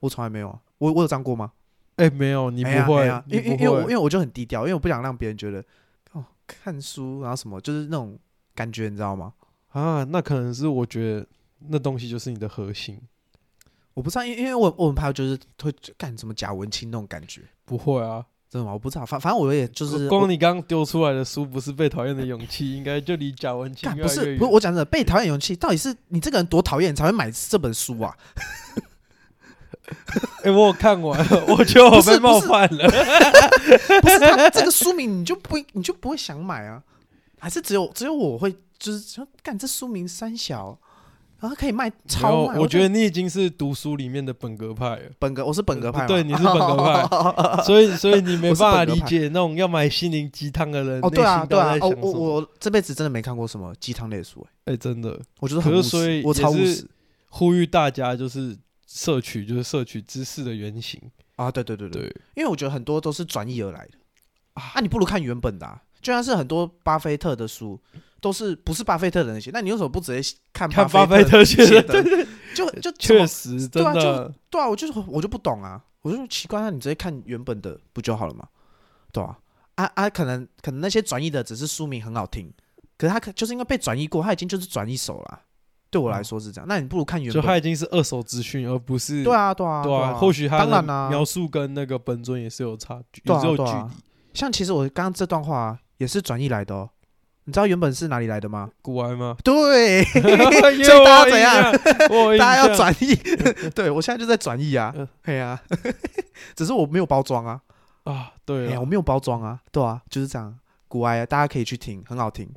Speaker 1: 我从来没有啊，我我有这样过吗？
Speaker 2: 哎，没有，你不
Speaker 1: 没啊没
Speaker 2: 会
Speaker 1: 啊，
Speaker 2: 你
Speaker 1: 因为因为
Speaker 2: 不
Speaker 1: 因为我因
Speaker 2: 会，
Speaker 1: 为我就很低调，因为我不想让别人觉得哦看书然后什么就是那种感觉，你知道吗？
Speaker 2: 啊，那可能是我觉得那东西就是你的核心，
Speaker 1: 我不知道，因为因为我我很怕就是会干什么假文青那种感觉，
Speaker 2: 不会啊，
Speaker 1: 真的吗？我不知道，反反正我也就是我
Speaker 2: 光你刚刚丢出来的书不是被讨厌的勇气，应该就离贾文清
Speaker 1: 干
Speaker 2: 越
Speaker 1: 不
Speaker 2: 来越
Speaker 1: 是
Speaker 2: 远
Speaker 1: 不是我讲的被讨厌勇气，到底是你这个人多讨厌你才会买这本书 啊？
Speaker 2: 哎，我有看完， 我觉得我
Speaker 1: 不是
Speaker 2: 被冒
Speaker 1: 不是
Speaker 2: 犯了。
Speaker 1: 不是他这个书名你就不会你就不会想买啊？还是只有只有我会就是说干这书名三小，然后可以卖
Speaker 2: 没有
Speaker 1: 超卖？
Speaker 2: 我觉
Speaker 1: 得
Speaker 2: 得你已经是读书里面的本格派了。
Speaker 1: 本格我是本格派嘛，
Speaker 2: 对，你是本格派，所以所以你没
Speaker 1: 啊我是
Speaker 2: 办法
Speaker 1: 本格
Speaker 2: 理
Speaker 1: 派
Speaker 2: 解那种要买心灵鸡汤的人
Speaker 1: 哦，对
Speaker 2: 内
Speaker 1: 啊，
Speaker 2: 心
Speaker 1: 对
Speaker 2: 到
Speaker 1: 啊
Speaker 2: 底，在
Speaker 1: 哦
Speaker 2: 想，什
Speaker 1: 我
Speaker 2: 么。
Speaker 1: 我这辈子真的没看过什么鸡汤类的书、欸，
Speaker 2: 哎，真的
Speaker 1: 我觉得很
Speaker 2: 可
Speaker 1: 务
Speaker 2: 是所以
Speaker 1: 实，我超务
Speaker 2: 也是
Speaker 1: 实
Speaker 2: 呼吁大家就是摄取就是摄取知识的原型。
Speaker 1: 啊，对对对对，
Speaker 2: 对，
Speaker 1: 因为我觉得很多都是转译而来的啊，你不如看原本的、啊，就像是很多巴菲特的书都是不是巴菲特的那些，那你为什么不直接看
Speaker 2: 看
Speaker 1: 巴
Speaker 2: 巴菲特
Speaker 1: 写
Speaker 2: 写
Speaker 1: 的？
Speaker 2: 的，
Speaker 1: 就 就怎么
Speaker 2: 确实
Speaker 1: 对
Speaker 2: 真
Speaker 1: 啊
Speaker 2: 的
Speaker 1: 对啊，我就是我就不懂啊，我就奇怪，那你直接看原本的不就好了吗？对啊，啊啊，可能可能那些转译的只是书名很好听，可是他可就是因为被转译过，他已经就是转译手了啊、对我来说是这样，那你不如看原
Speaker 2: 哦就
Speaker 1: 本
Speaker 2: 他已经是二手资讯，而不是
Speaker 1: 对啊，对啊，
Speaker 2: 对
Speaker 1: 啊，
Speaker 2: 或许他
Speaker 1: 当
Speaker 2: 的
Speaker 1: 然啊
Speaker 2: 描述跟那个本尊也是有差距，
Speaker 1: 对
Speaker 2: 也
Speaker 1: 啊
Speaker 2: 是有距
Speaker 1: 对啊
Speaker 2: 离。
Speaker 1: 像其实我刚刚这段话、啊、也是转译来的哦，你知道原本是哪里来的 吗？
Speaker 2: 古 玩吗？
Speaker 1: 对，
Speaker 2: 所
Speaker 1: 所以大家怎样？
Speaker 2: 我有印
Speaker 1: 大家要
Speaker 2: 象，
Speaker 1: 转 译，对我现在就在转译啊
Speaker 2: 嗯，
Speaker 1: 对啊， 只是我没有包装啊，
Speaker 2: 啊，
Speaker 1: 哎
Speaker 2: 对
Speaker 1: 呀，
Speaker 2: 啊
Speaker 1: 我，没有包装啊，对啊，就是这样，古哀啊，大家可以去听，很好听，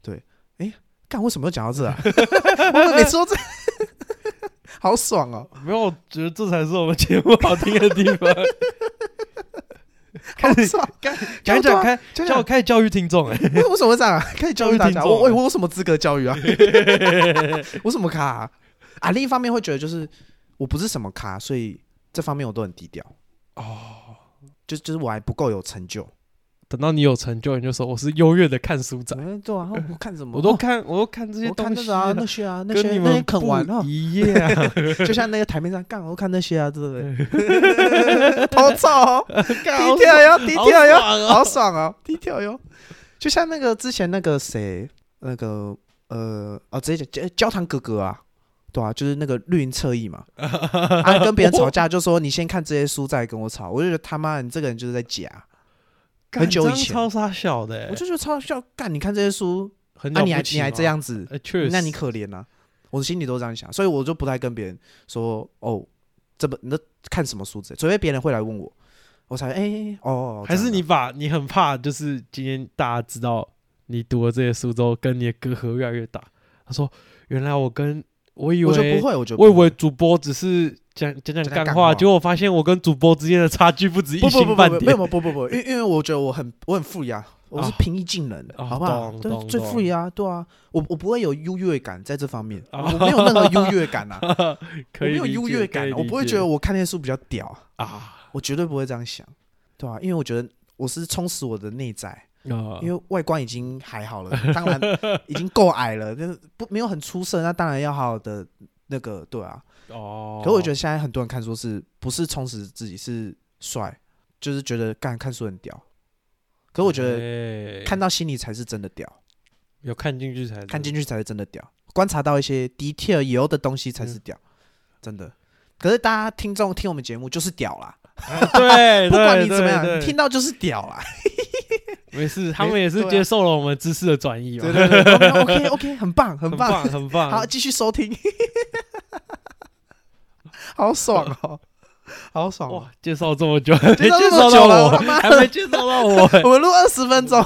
Speaker 1: 对，哎，干为什么要讲到 这啊？ 我每次都这， 好爽哦，
Speaker 2: 没有，我觉得这才是我们节目好听的地 方。
Speaker 1: 好
Speaker 2: 开始
Speaker 1: 爽，
Speaker 2: 讲一
Speaker 1: 啊
Speaker 2: 讲开，
Speaker 1: 讲
Speaker 2: 叫我
Speaker 1: 讲，
Speaker 2: 开始教育听众哎，
Speaker 1: 为为什么会这样 啊？可以教育大
Speaker 2: 教育听
Speaker 1: 家，
Speaker 2: 众
Speaker 1: 我我我有什么资格教育 啊？ 我什么咖啊？啊另一方面会觉得就是我不是什么咖，所以这方面我都很低调，
Speaker 2: 哦，
Speaker 1: 就就是我还不够有成就。
Speaker 2: 等到你有成就，你就说我是优越的看书仔，
Speaker 1: 嗯，对啊，我看什么？
Speaker 2: 我都
Speaker 1: 哦
Speaker 2: 看，我都看这些
Speaker 1: 我看
Speaker 2: 东
Speaker 1: 那
Speaker 2: 西
Speaker 1: 个啊，那些啊，那
Speaker 2: 跟
Speaker 1: 些
Speaker 2: 你
Speaker 1: 那些
Speaker 2: 们
Speaker 1: 啃完
Speaker 2: 不
Speaker 1: 啊，
Speaker 2: 一 样，
Speaker 1: 就像那个台面上干，我看那些啊，对不 对？ 偷臭哦，
Speaker 2: 啊
Speaker 1: 低调哟，低
Speaker 2: 好
Speaker 1: 调哟，
Speaker 2: 爽哦
Speaker 1: 好爽啊 哦，低调哟。就像那个之前那个谁，那个呃，哦，直接讲焦焦糖哥哥啊，对啊，就是那个绿营侧 翼嘛，他跟别人吵架就说你先看这些书再跟我吵，我就觉得他妈你这个人就是在假，很久以
Speaker 2: 干这样
Speaker 1: 前
Speaker 2: 超傻小的欸，
Speaker 1: 我就觉得超笑，干！你看这些书，
Speaker 2: 很
Speaker 1: 那、
Speaker 2: 了
Speaker 1: 啊你还
Speaker 2: 不起
Speaker 1: 你还
Speaker 2: 嘛
Speaker 1: 这，样子，
Speaker 2: 呃确实，
Speaker 1: 那你可怜啊！我的心里都这样想，所以我就不太跟别人说哦，这本那看什么书之类，除非别人会来问我，我才哎、哦，
Speaker 2: 还是
Speaker 1: 这样
Speaker 2: 你
Speaker 1: 的
Speaker 2: 把你很怕，就是今天大家知道你读了这些书之后，跟你的隔阂越来越大。他说：“原来我跟我以
Speaker 1: 我就
Speaker 2: 为
Speaker 1: 不会，我就
Speaker 2: 我以
Speaker 1: 不会
Speaker 2: 为主播只是讲讲讲
Speaker 1: 讲干
Speaker 2: 干
Speaker 1: 话
Speaker 2: 话，结果发现我跟主播之间的差距不止一
Speaker 1: 不不
Speaker 2: 星
Speaker 1: 不
Speaker 2: 半
Speaker 1: 不不没
Speaker 2: 点。
Speaker 1: 有不不不，因为因为我觉得我很我很富裕啊，我是平易近人，
Speaker 2: 哦
Speaker 1: 好不好？
Speaker 2: 懂
Speaker 1: 对，
Speaker 2: 懂
Speaker 1: 最
Speaker 2: 懂
Speaker 1: 富裕啊，对啊，我我不会有优越感在这方面，
Speaker 2: 哦
Speaker 1: 我没有任何优越感啊，我
Speaker 2: 可
Speaker 1: 没
Speaker 2: 以
Speaker 1: 有
Speaker 2: 理
Speaker 1: 优
Speaker 2: 解
Speaker 1: 越
Speaker 2: 可
Speaker 1: 感
Speaker 2: 以
Speaker 1: 啊，我
Speaker 2: 理
Speaker 1: 不会
Speaker 2: 解
Speaker 1: 觉得我看那些书比较屌啊，
Speaker 2: 啊
Speaker 1: 我绝对不会这样想，对啊，因为我觉得我是充实我的内在，
Speaker 2: 啊
Speaker 1: 因为外观已经还好 了，当然已经够矮了，但是不没有很出色，那当然要好好的那个，对啊，
Speaker 2: 哦。
Speaker 1: 可我觉得现在很多人看书是不是充实自己是帅，就是觉得干看书很屌。可我觉得
Speaker 2: 得
Speaker 1: 看到心里哎才是真的屌，
Speaker 2: 哎有看进去才是
Speaker 1: 看进去才是真的屌，观察到一些 detail 以后的东西才是屌，真的。可是大家听众听我们节目就是屌啦，
Speaker 2: 啊 对，
Speaker 1: 不管
Speaker 2: 对
Speaker 1: 你怎么
Speaker 2: 对
Speaker 1: 样，
Speaker 2: 对
Speaker 1: 你听到就是屌啦。
Speaker 2: 没事，他
Speaker 1: 没
Speaker 2: 们也是
Speaker 1: 对啊
Speaker 2: 接受了我们知识的转移嘛
Speaker 1: 对， 对对，OK OK，很棒很
Speaker 2: 很
Speaker 1: 棒，啊
Speaker 2: 很棒。
Speaker 1: 好继续收听， 好爽 哦，好爽哦！
Speaker 2: 哇，介绍这么久，
Speaker 1: 介绍这么
Speaker 2: 没
Speaker 1: 久
Speaker 2: 到
Speaker 1: 了
Speaker 2: 我
Speaker 1: 我他妈
Speaker 2: 还没介绍到 我
Speaker 1: 我们录二十分钟，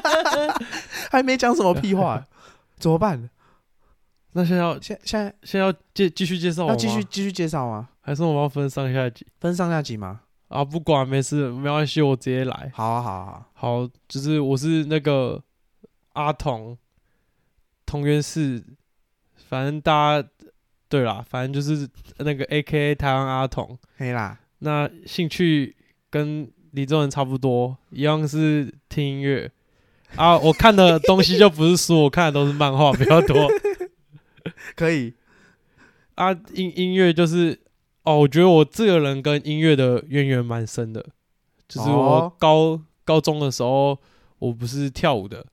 Speaker 1: 还没讲什么屁话，怎么办？
Speaker 2: 那现在要
Speaker 1: 现现在
Speaker 2: 现在要继继续介哦绍我
Speaker 1: 要
Speaker 2: 吗
Speaker 1: 继续，继续介绍吗？
Speaker 2: 还是我们要分上下集
Speaker 1: 分上下集吗？
Speaker 2: 啊？不管，没事，没关系，我直接来。
Speaker 1: 好啊，好啊，好啊，
Speaker 2: 好，就是我是那个阿童，同源市，反正大家对啦，反正就是那个 A K A 台湾阿童。
Speaker 1: 可以啦。
Speaker 2: 那兴趣跟李宗仁差不多，一样是听音乐啊。我看的东西就不是书，我看的都是漫画比较 多
Speaker 1: 可以，
Speaker 2: 啊。音音乐就是哦，我觉得我这个人跟音乐的渊源蛮深的，就是我
Speaker 1: 哦
Speaker 2: 高、高中的时候，我不是跳舞的，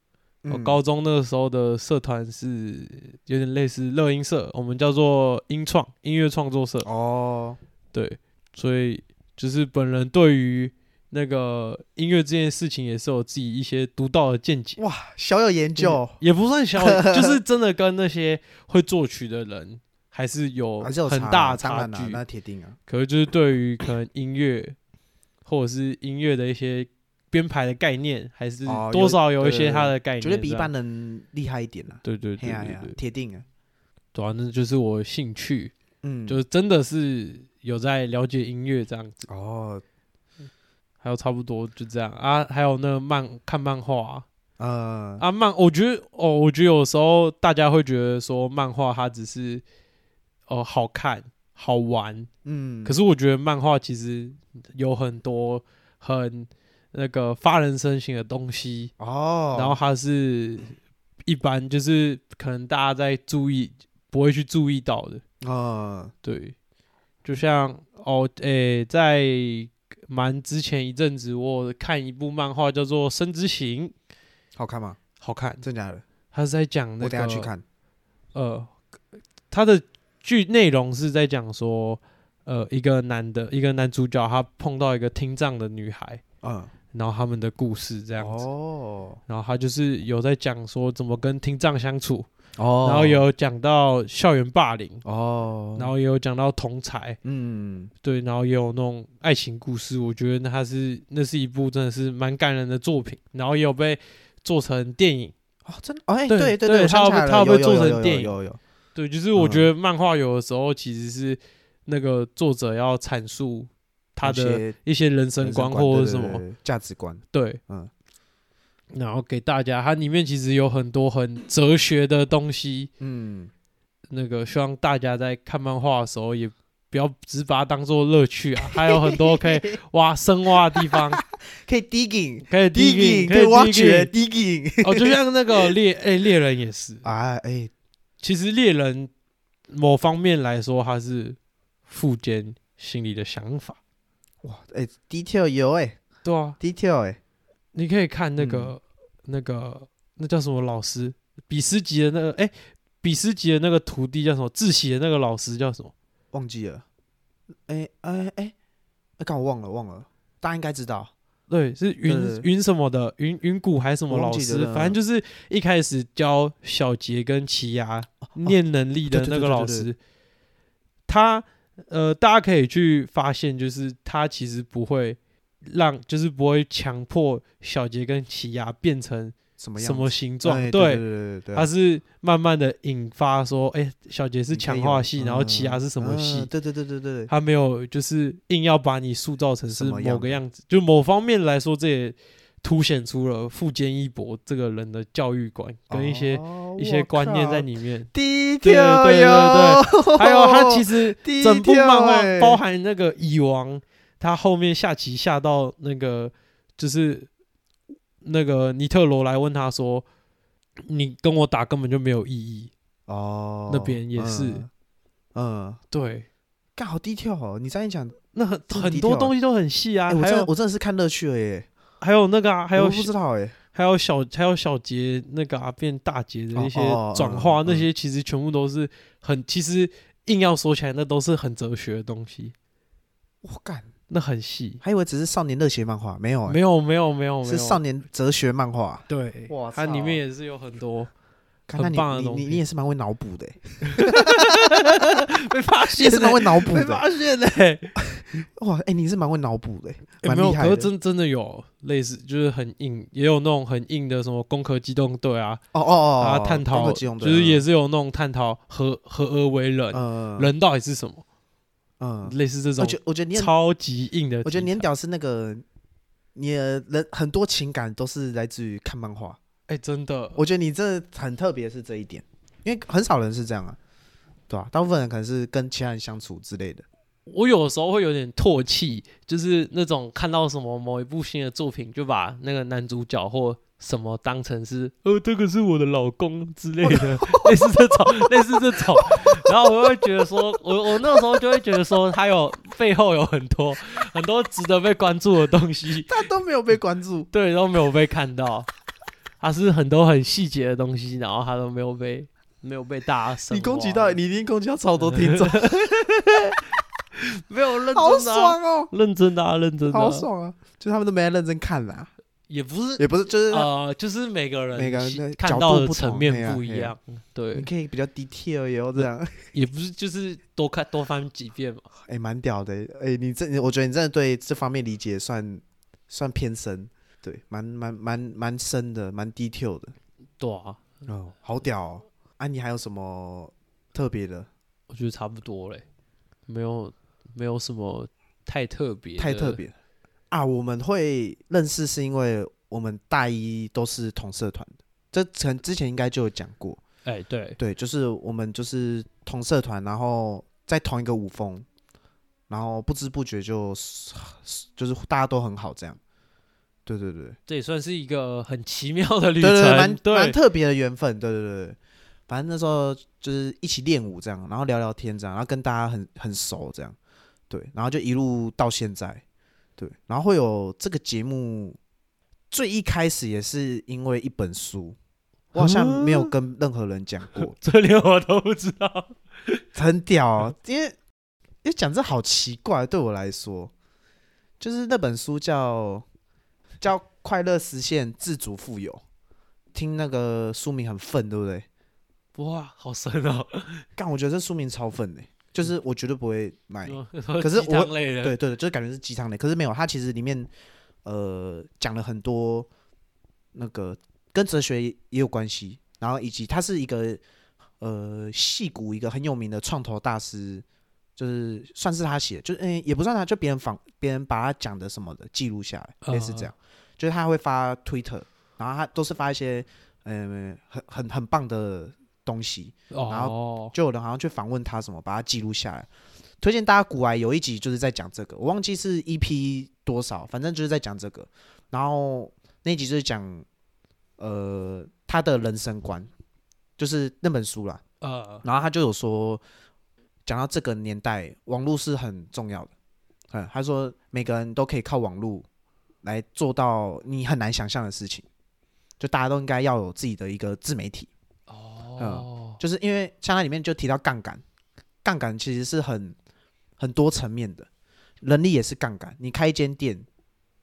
Speaker 2: 我
Speaker 1: 嗯
Speaker 2: 高中那个时候的社团是有点类似乐音社，我们叫做音创音乐创作社。
Speaker 1: 哦，
Speaker 2: 对，所以就是本人对于那个音乐这件事情也是有自己一些独到的见解，
Speaker 1: 哇，小有研究，
Speaker 2: 也不 算小，就是真的跟那些会作曲的人还是有
Speaker 1: 还是有
Speaker 2: 嗯很
Speaker 1: 差
Speaker 2: 大
Speaker 1: 啊当
Speaker 2: 的差
Speaker 1: 然啦
Speaker 2: 距。
Speaker 1: 那铁定啊。
Speaker 2: 可是就是对于可能音乐或者是音乐的一些编排的概念，还是
Speaker 1: 哦有
Speaker 2: 多少有一
Speaker 1: 对
Speaker 2: 些
Speaker 1: 对
Speaker 2: 它的概念，
Speaker 1: 绝对比一般。人厉害一点啦。
Speaker 2: 对哎对
Speaker 1: 嘿
Speaker 2: 对
Speaker 1: 呀
Speaker 2: 对
Speaker 1: 嘿呀
Speaker 2: 对，，
Speaker 1: 铁定啊。
Speaker 2: 对啊，那就是我兴趣，
Speaker 1: 嗯，
Speaker 2: 就是真的是有在了解音乐这样子。
Speaker 1: 哦，
Speaker 2: 还有差不多就这样啊，还有那个漫看漫画
Speaker 1: 呃
Speaker 2: 啊，啊漫，我觉得哦，我觉得有时候大家会觉得说漫画它只是哦、好看好玩，
Speaker 1: 嗯，
Speaker 2: 可是我觉得漫画其实有很多很那个发人深省的东西，
Speaker 1: 哦，
Speaker 2: 然后它是一般就是可能大家在注意不会去注意到的，
Speaker 1: 呃，
Speaker 2: 对，就像哦，诶、在蛮之前一阵子，我有看一部漫画叫做《生之行》，
Speaker 1: 好看吗？
Speaker 2: 好看。
Speaker 1: 真假的？
Speaker 2: 他是在讲那
Speaker 1: 我等下
Speaker 2: 个
Speaker 1: 去看。
Speaker 2: 呃，他的剧内容是在讲说，呃，一个男的，一个男主角，他碰到一个听障的女孩，
Speaker 1: 嗯，
Speaker 2: 然后他们的故事这样子。
Speaker 1: 哦
Speaker 2: 然后他就是有在讲说怎么跟听障相处，
Speaker 1: 哦，
Speaker 2: 然后有讲到校园霸凌，
Speaker 1: 哦，
Speaker 2: 然后也有讲到同才，
Speaker 1: 嗯，
Speaker 2: 对，然后也有那种爱情故事，我觉得那它是那是一部真的是蛮感人的作品，然后也有被做成电影。
Speaker 1: 哦，真的哦哎，
Speaker 2: 对
Speaker 1: 对
Speaker 2: 对
Speaker 1: 对，我
Speaker 2: 他
Speaker 1: 想
Speaker 2: 要
Speaker 1: 起来
Speaker 2: 被他要
Speaker 1: 了
Speaker 2: 被
Speaker 1: 有有
Speaker 2: 做成
Speaker 1: 有有
Speaker 2: 电影
Speaker 1: 有有，
Speaker 2: 对，就是我
Speaker 1: 嗯
Speaker 2: 觉得漫画有的时候其实是那个作者要阐述他
Speaker 1: 有
Speaker 2: 的
Speaker 1: 些
Speaker 2: 一些人生
Speaker 1: 人
Speaker 2: 观
Speaker 1: 观
Speaker 2: 或
Speaker 1: 对对
Speaker 2: 者什
Speaker 1: 对
Speaker 2: 么，
Speaker 1: 对价值观，
Speaker 2: 对，
Speaker 1: 嗯，
Speaker 2: 然后给大家，它里面其实有很多很哲学的东西，
Speaker 1: 嗯，
Speaker 2: 那个希望大家在看漫画的时候也不要只把它当做乐趣啊，还有很多 可以挖深挖的地方，
Speaker 1: 可以 digging。
Speaker 2: 可以
Speaker 1: digging
Speaker 2: 可
Speaker 1: 可
Speaker 2: 以
Speaker 1: 以挖
Speaker 2: digging
Speaker 1: 掘 digging
Speaker 2: 哦，就像那个猎诶猎人也是，
Speaker 1: 啊，哎，
Speaker 2: 其实猎人某方面来说，他是富坚心里的想法，
Speaker 1: 哇，哎，detail 有哎
Speaker 2: 对啊，嗯
Speaker 1: ，detail 哎，
Speaker 2: 你可以看那个、那个那叫什么老师，比斯吉的那个诶，比斯吉的那个徒弟叫什么？自习的那个老师叫什么？
Speaker 1: 忘记了，哎哎哎，哎，刚我忘了忘了，大家应该知道，
Speaker 2: 对，是
Speaker 1: 对
Speaker 2: 云云什么的，云云谷还是什么
Speaker 1: 我
Speaker 2: 老
Speaker 1: 忘记
Speaker 2: 师
Speaker 1: 了，
Speaker 2: 反正就是一开始教小杰跟奇牙念能力的
Speaker 1: 对对
Speaker 2: 那
Speaker 1: 对
Speaker 2: 个
Speaker 1: 对
Speaker 2: 老
Speaker 1: 哦对
Speaker 2: 师，他呃，大家可以去发现，就是他其实不会让，就是不会强迫小杰跟奇牙变成
Speaker 1: 什么样
Speaker 2: 什
Speaker 1: 子
Speaker 2: 么形状，
Speaker 1: 哎对
Speaker 2: 对，
Speaker 1: 对对对，
Speaker 2: 他是慢慢的引发说，哎、小杰是
Speaker 1: 你可以
Speaker 2: 强
Speaker 1: 有
Speaker 2: 化系，然后
Speaker 1: 嗯
Speaker 2: 奇牙是什么
Speaker 1: 嗯
Speaker 2: 系，
Speaker 1: 对对对对对对，
Speaker 2: 他没有就是硬要把你塑造成是
Speaker 1: 什么样
Speaker 2: 某个样子，就某方面来说，这也凸显出了富坚义博这个人的教育观跟一些、
Speaker 1: 哦
Speaker 2: 一些观念在。
Speaker 1: 我靠
Speaker 2: 里面。
Speaker 1: 低
Speaker 2: 对
Speaker 1: 调
Speaker 2: 对对
Speaker 1: 哟，
Speaker 2: 还有他其
Speaker 1: 实
Speaker 2: 实
Speaker 1: 低
Speaker 2: 整部
Speaker 1: 调
Speaker 2: 漫画
Speaker 1: 欸
Speaker 2: 包含那个蚁王，他后面下棋下到那个就是那个尼特罗来问他说：“你跟我打根本就没有意义。
Speaker 1: 哦
Speaker 2: 那边也是
Speaker 1: 嗯嗯，”
Speaker 2: 对，
Speaker 1: 干好低调哦！你这样一讲，
Speaker 2: 那很
Speaker 1: 这么
Speaker 2: 很
Speaker 1: 低
Speaker 2: 多
Speaker 1: 调
Speaker 2: 东西都很细啊，
Speaker 1: 哎，我
Speaker 2: 还
Speaker 1: 真的
Speaker 2: 有
Speaker 1: 我真的是看乐趣了耶，
Speaker 2: 还有那个啊，还有
Speaker 1: 我不知道哎，
Speaker 2: 还有小还有小节那个啊变大节的
Speaker 1: 哦
Speaker 2: 那些
Speaker 1: 哦哦
Speaker 2: 转化，
Speaker 1: 嗯
Speaker 2: 那些其实全部都是很，其实硬要说起来，那都是很哲学的东西，
Speaker 1: 我干，
Speaker 2: 那很细。
Speaker 1: 还以为只是少年热血漫画，没有欸
Speaker 2: 没有没有没有没有，
Speaker 1: 是少年哲学漫画。
Speaker 2: 对
Speaker 1: 哇，
Speaker 2: 它
Speaker 1: 操
Speaker 2: 里面也是有很多
Speaker 1: 看那
Speaker 2: 很
Speaker 1: 你
Speaker 2: 棒的啊
Speaker 1: 你
Speaker 2: 东
Speaker 1: 你
Speaker 2: 西
Speaker 1: 你也是蛮会脑补的欸，
Speaker 2: 被发
Speaker 1: 你也
Speaker 2: 现
Speaker 1: 是蛮会脑补
Speaker 2: 被
Speaker 1: 的。
Speaker 2: 发现嘞、欸，
Speaker 1: 哇，哎，你是蛮会脑补的欸，蛮
Speaker 2: 哎没有，
Speaker 1: 厉
Speaker 2: 可
Speaker 1: 害
Speaker 2: 是
Speaker 1: 的。
Speaker 2: 真真的有类似，就是很硬，也有那种很硬的什么攻壳机动队啊，
Speaker 1: 哦哦哦，
Speaker 2: 啊
Speaker 1: 哦
Speaker 2: 探
Speaker 1: 攻
Speaker 2: 讨，
Speaker 1: 壳机动
Speaker 2: 就
Speaker 1: 队
Speaker 2: 是也是有那种探讨合合而为人，
Speaker 1: 嗯
Speaker 2: 人到底是什么，
Speaker 1: 嗯，
Speaker 2: 类似这
Speaker 1: 我
Speaker 2: 种
Speaker 1: 觉我觉得你很
Speaker 2: 超级硬的题材，
Speaker 1: 我觉得年屌是那个，你的人很多情感都是来自于看漫画。
Speaker 2: 哎、真的，
Speaker 1: 我觉得你这很特别是这一点，因为很少人是这样啊，对吧、大部分人可能是跟其他人相处之类的。
Speaker 2: 我有时候会有点唾弃，就是那种看到什么某一部新的作品，就把那个男主角或什么当成是，呃，这个是我的老公之类的， 类似这种，类似这种。然后我会觉得说，我我那个时候就会觉得说，他有背后有很多很多值得被关注的东西，
Speaker 1: 他都没有被关 注，
Speaker 2: 对，都没有被看到。他是很多很细节的东西，然后他都没有被没有被大家神
Speaker 1: 你攻击
Speaker 2: 往
Speaker 1: 到你一定攻击到超多听 众，
Speaker 2: 啊没有认真的啊、
Speaker 1: 好爽哦、
Speaker 2: 认真的、啊，认真的啊、
Speaker 1: 好爽啊！就他们都没在认真看啦，
Speaker 2: 也不是
Speaker 1: 也不是，就是、啊
Speaker 2: 呃，就是每个人
Speaker 1: 每个人
Speaker 2: 喜
Speaker 1: 的
Speaker 2: 看
Speaker 1: 角
Speaker 2: 到
Speaker 1: 度
Speaker 2: 的
Speaker 1: 不
Speaker 2: 层
Speaker 1: 同嘿
Speaker 2: 面
Speaker 1: 呀
Speaker 2: 不一
Speaker 1: 嘿呀
Speaker 2: 样，对
Speaker 1: 你，可以比较 detail 也有这 样，
Speaker 2: 也不是就是多看多翻几遍嘛，
Speaker 1: 哎、蛮屌的、哎、你这我觉得你真的对这方面理解算算偏深，对，蛮蛮蛮蛮深的，蛮 detail 的。
Speaker 2: 对啊，
Speaker 1: 哦，好屌哦！啊，你还有什么特别的？
Speaker 2: 我觉得差不多嘞，没有没有什么太特别，
Speaker 1: 太特，别啊！我们会认识是因为我们大一都是同社团的，这曾之前应该就有讲过。
Speaker 2: 哎，对，
Speaker 1: 对，就是我们就是同社团，然后在同一个舞风，然后不知不觉就就是大家都很好这样。对对对，
Speaker 2: 这也算是一个很奇妙的旅
Speaker 1: 对对对，
Speaker 2: 程
Speaker 1: 蛮，蛮
Speaker 2: 对，
Speaker 1: 特别的缘分，对对对对。反正那时候就是一起练舞这样，然后聊聊天这样，然后跟大家很很熟这样，对，然后就一路到现在，对，然后会有这个节目，最一开始也是因为一本书，我好像没有
Speaker 2: 啊
Speaker 1: 跟任何人讲过，
Speaker 2: 这连我都不知道，
Speaker 1: 很屌、哦，因为因为讲这好奇怪，对我来说，就是那本书叫叫《快乐实现自主富有》，听那个书名很愤，对不对？
Speaker 2: 哇，好深哦，
Speaker 1: 干，我觉得这书名超愤的、就是我绝对不会买。
Speaker 2: 可
Speaker 1: 可是我会
Speaker 2: 类的，
Speaker 1: 对对对，就是感觉是鸡汤的，可是没有，它其实里面呃讲了很多那个跟哲学也有关系，然后以及他是一个呃戏骨一个很有名的创投大师，就是算是他写的，就是嗯、也不算他，就别人仿别人把他讲的什么的记录下来，类似这样，就是他会发 Twitter，然后他都是发一些嗯、呃、很很很棒的东西，然
Speaker 2: 哦，
Speaker 1: 就有人好像去访问他什么，把它记录下来。推荐大家古来有一集就是在讲这个，我忘记是 EP 多少，反正就是在讲这个。然后那集就是讲呃他的人生观，就是那本书啦。
Speaker 2: 呃，
Speaker 1: 然后他就有说，讲到这个年代，网络是很重要的。嗯，他说每个人都可以靠网络来做到你很难想象的事情，就大家都应该要有自己的一个自媒体。
Speaker 2: 哦，
Speaker 1: 就是因为像它里面就提到杠杆，杠杆其实是很很多层面的，人力也是杠杆。你开一间店，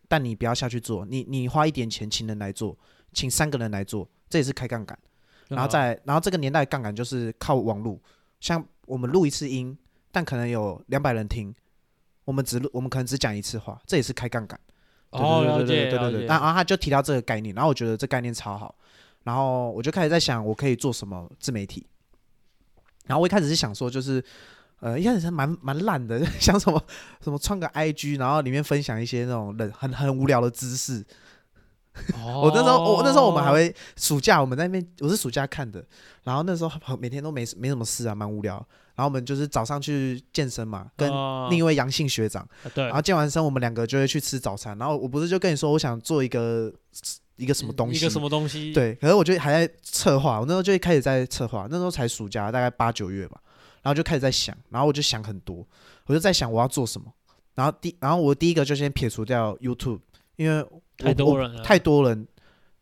Speaker 1: 但你不要下去做，你你花一点钱请人来做，请三个人来做，这也是开杠杆。
Speaker 2: 嗯
Speaker 1: 然后再来，然后这个年代的杠杆就是靠网路，像我们录一次音，但可能有两百人听，我们只录，我们可能只讲一次话，这也是开杠杆。
Speaker 2: 哦，了
Speaker 1: 对对对
Speaker 2: 解
Speaker 1: 对对
Speaker 2: 了
Speaker 1: 对
Speaker 2: 解
Speaker 1: 对。，然后他就提到这个概念，然后我觉得这概念超好，然后我就开始在想我可以做什么自媒体。然后我一开始是想说，就是呃一开始是蛮蛮烂的， 想什么什么创个 IG，然后里面分享一些那种冷很很无聊的知识。我
Speaker 2: 我
Speaker 1: 那时候我那时候我们还会暑假我们在那边我是暑假看的，然后那时候很每天都没没什么事啊，蛮无聊。然后我们就是早上去健身嘛，跟
Speaker 2: 哦
Speaker 1: 另一位阳性学长。
Speaker 2: 对
Speaker 1: 然后健完身，我们两个就会去吃早餐。然后我不是就跟你说，我想做一个一个什么东西，
Speaker 2: 一个什么东西，，
Speaker 1: 对。可是我就还在策划，我那时候就开始在策划，那时候才暑假，大概八九月吧。然后就开始在想，然后我就想很多，我就在想我要做什么。然后第，然后我第一个就先撇除掉 YouTube，因为我
Speaker 2: 太
Speaker 1: 我
Speaker 2: 多人了，
Speaker 1: 太多人，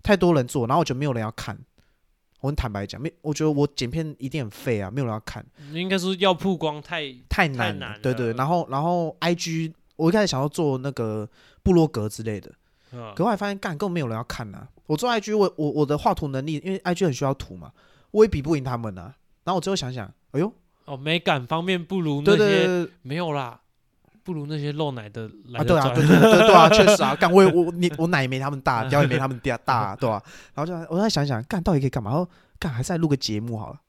Speaker 1: 太多人做，然后我觉得没有人要看。我很坦白讲，没，我觉得我剪片一定很废啊，没有人要看。
Speaker 2: 应该说要曝光太
Speaker 1: 太难
Speaker 2: 难了
Speaker 1: 对对。然后然后 I G，我一开始想要做那个部落格之类的，
Speaker 2: 嗯
Speaker 1: 可后来发现干根本没有人要看呐、啊我做 I G，我我我的画图能力，因为 I G 很需要图嘛，我也比不赢他们啊。然后我最后想想，哎呦，
Speaker 2: 哦，美感方面不如那
Speaker 1: 对对对
Speaker 2: 些
Speaker 1: 对
Speaker 2: 没有啦，不如那些露奶的来
Speaker 1: 啊，
Speaker 2: 得
Speaker 1: 对啊，
Speaker 2: 赚
Speaker 1: 对对对对啊，确实啊，干我也我你我奶也没他们大，屌也没他们大大、啊，对吧、然后就我再想想，干到底可以干嘛？然后干还是来录个节目好了，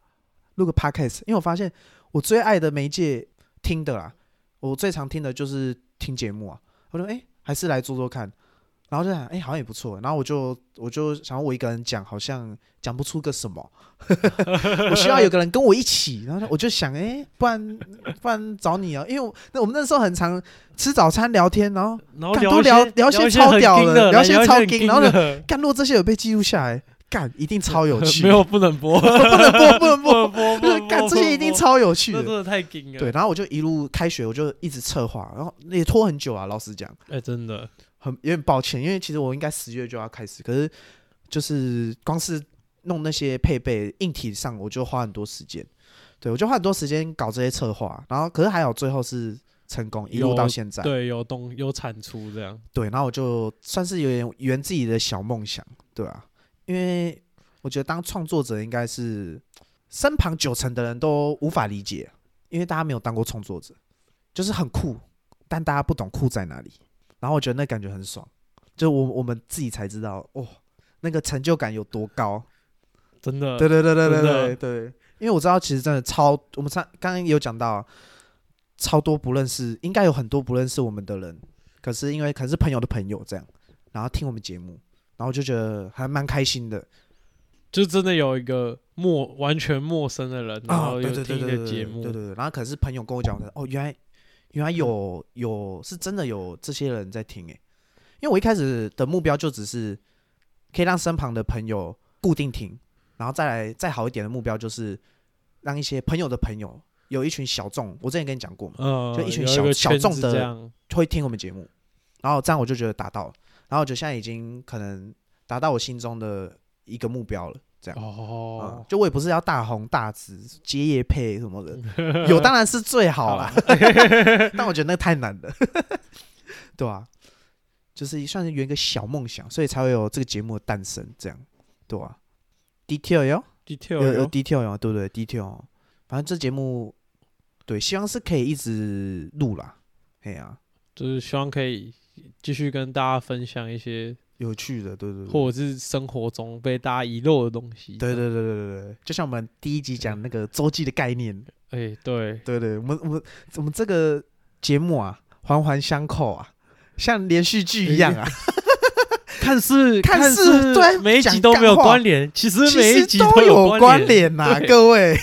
Speaker 1: 录个 podcast，因为我发现我最爱的媒介听的啦，我最常听的就是听节目啊。我说哎、诶还是来做做看，然后就想哎、诶好像也不错，然后我就我就想我一个人讲好像讲不出个什么， 我需要有个人跟我一起，然后我就想哎、诶不然不然找你啊，因为我那我们那时候很常吃早餐聊天，然后
Speaker 2: 然后
Speaker 1: 干
Speaker 2: 聊
Speaker 1: 都
Speaker 2: 一
Speaker 1: 聊
Speaker 2: 些
Speaker 1: 聊
Speaker 2: 聊
Speaker 1: 一些
Speaker 2: 一些
Speaker 1: 超
Speaker 2: 很
Speaker 1: 屌
Speaker 2: 硬
Speaker 1: 的
Speaker 2: 的，
Speaker 1: 聊一些
Speaker 2: 一
Speaker 1: 超
Speaker 2: 很
Speaker 1: 硬
Speaker 2: 硬
Speaker 1: 然后就
Speaker 2: 的
Speaker 1: 干，如果这些有被记录下来，干一定超有趣，
Speaker 2: 没有不能播，
Speaker 1: 不能播不能
Speaker 2: 不能
Speaker 1: 播，
Speaker 2: 播， 不
Speaker 1: 就是
Speaker 2: 能
Speaker 1: 干
Speaker 2: 播
Speaker 1: 这些一定，超有趣
Speaker 2: 不能播
Speaker 1: 的。
Speaker 2: 那真的太硬了，
Speaker 1: 对，，然后我就一路开学，我就一直策划，然后也拖很久啊，老实讲，
Speaker 2: 哎，真的，
Speaker 1: 很有点抱歉，因为其实我应该十月就要开始，可是就是光是弄那些配备硬体上，我就花很多时间。对，我就花很多时间搞这些策划，然后可是还好最后是成功，一路
Speaker 2: 有
Speaker 1: 到现在。
Speaker 2: 对，有东有产出这样，
Speaker 1: 对，然后我就算是有点圆自己的小梦想，对啊，因为我觉得当创作者应该是身旁九成的人都无法理解，因为大家没有当过创作者，就是很酷，但大家不懂酷在哪里。然后我觉得那感觉很爽，就我我们自己才知道哦，那个成就感有多高。
Speaker 2: 真的，
Speaker 1: 对对对对对
Speaker 2: 真
Speaker 1: 对
Speaker 2: 的
Speaker 1: 对，因为我知道其实真的超，我们上刚刚有讲到，超多不认识，应该有很多不认识我们的人，可是因为可能是朋友的朋友这样，然后听我们节目，然后就觉得还蛮开心的。
Speaker 2: 就真的有一个陌完全陌生的人，然
Speaker 1: 啊，
Speaker 2: 后
Speaker 1: 对
Speaker 2: 有
Speaker 1: 对对
Speaker 2: 听你
Speaker 1: 对
Speaker 2: 的
Speaker 1: 对
Speaker 2: 节
Speaker 1: 对
Speaker 2: 目嗯
Speaker 1: 对，对对，然后可能是朋友跟我讲的，哦，原来原来有有是真的有这些人在听诶，欸因为我一开始的目标就只是可以让身旁的朋友固定听，然后再来再好一点的目标就是让一些朋友的朋友有一群小众，我之前跟你讲过嘛，
Speaker 2: 嗯，
Speaker 1: 就一群
Speaker 2: 有
Speaker 1: 小
Speaker 2: 个
Speaker 1: 小
Speaker 2: 圈
Speaker 1: 众
Speaker 2: 子
Speaker 1: 的
Speaker 2: 这样，
Speaker 1: 会听我们节目，然后这样我就觉得达到了，然后我就现在已经可能达到我心中的一个目标了，这样。嗯
Speaker 2: 哦，，
Speaker 1: 就我也不是要大红大紫、接业配什 么的，有当然是最好啦， 但我觉得那个太难了， 对吧、就是算是圆个小梦想，所以才会有这个节目的诞生，这样，对吧、detail 哟，
Speaker 2: detail
Speaker 1: 有有
Speaker 2: 哟
Speaker 1: detail 哟，对不对？detail，哦反正这节目，对，希望是可以一直录啦，哎呀、
Speaker 2: 就是希望可以继续跟大家分享一些，
Speaker 1: 有趣的，对对对。
Speaker 2: 或者是生活中被大家遗漏的东西。
Speaker 1: 嗯对对对对对对，就像我们第一集讲那个周记的概念，
Speaker 2: 哎，对，
Speaker 1: 对对，我们我们我们这个节目啊，环环相扣啊，像连续剧一样 啊，
Speaker 2: 看似
Speaker 1: 看似
Speaker 2: 似
Speaker 1: 对
Speaker 2: 每一集
Speaker 1: 讲
Speaker 2: 都没有
Speaker 1: 干话
Speaker 2: 关联，其实
Speaker 1: 其
Speaker 2: 每一
Speaker 1: 实
Speaker 2: 集
Speaker 1: 都
Speaker 2: 有
Speaker 1: 关
Speaker 2: 联，
Speaker 1: 联呐、
Speaker 2: 对
Speaker 1: 各位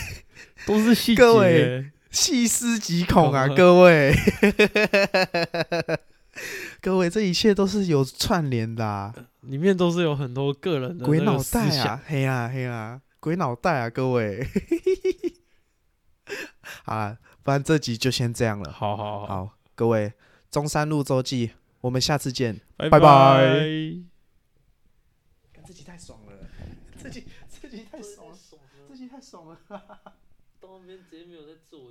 Speaker 2: 都是细节。
Speaker 1: 各位细思极恐啊，
Speaker 2: 懂了
Speaker 1: 各位， 各位，这一切都是有串联的、啊，
Speaker 2: 里面都是有很多个人的
Speaker 1: 鬼
Speaker 2: 那个
Speaker 1: 脑
Speaker 2: 呃思
Speaker 1: 袋
Speaker 2: 想
Speaker 1: 啊，嘿呀、啊、嘿呀、啊，鬼脑袋啊，各位， 好啦，不然这集就先这样了，
Speaker 2: 好好好，
Speaker 1: 好，各位，中山路周记，我们下次见。拜
Speaker 2: 拜
Speaker 1: 拜自己太爽了，自己自己太爽了，自己太爽了。
Speaker 2: 到那边直接没有在做。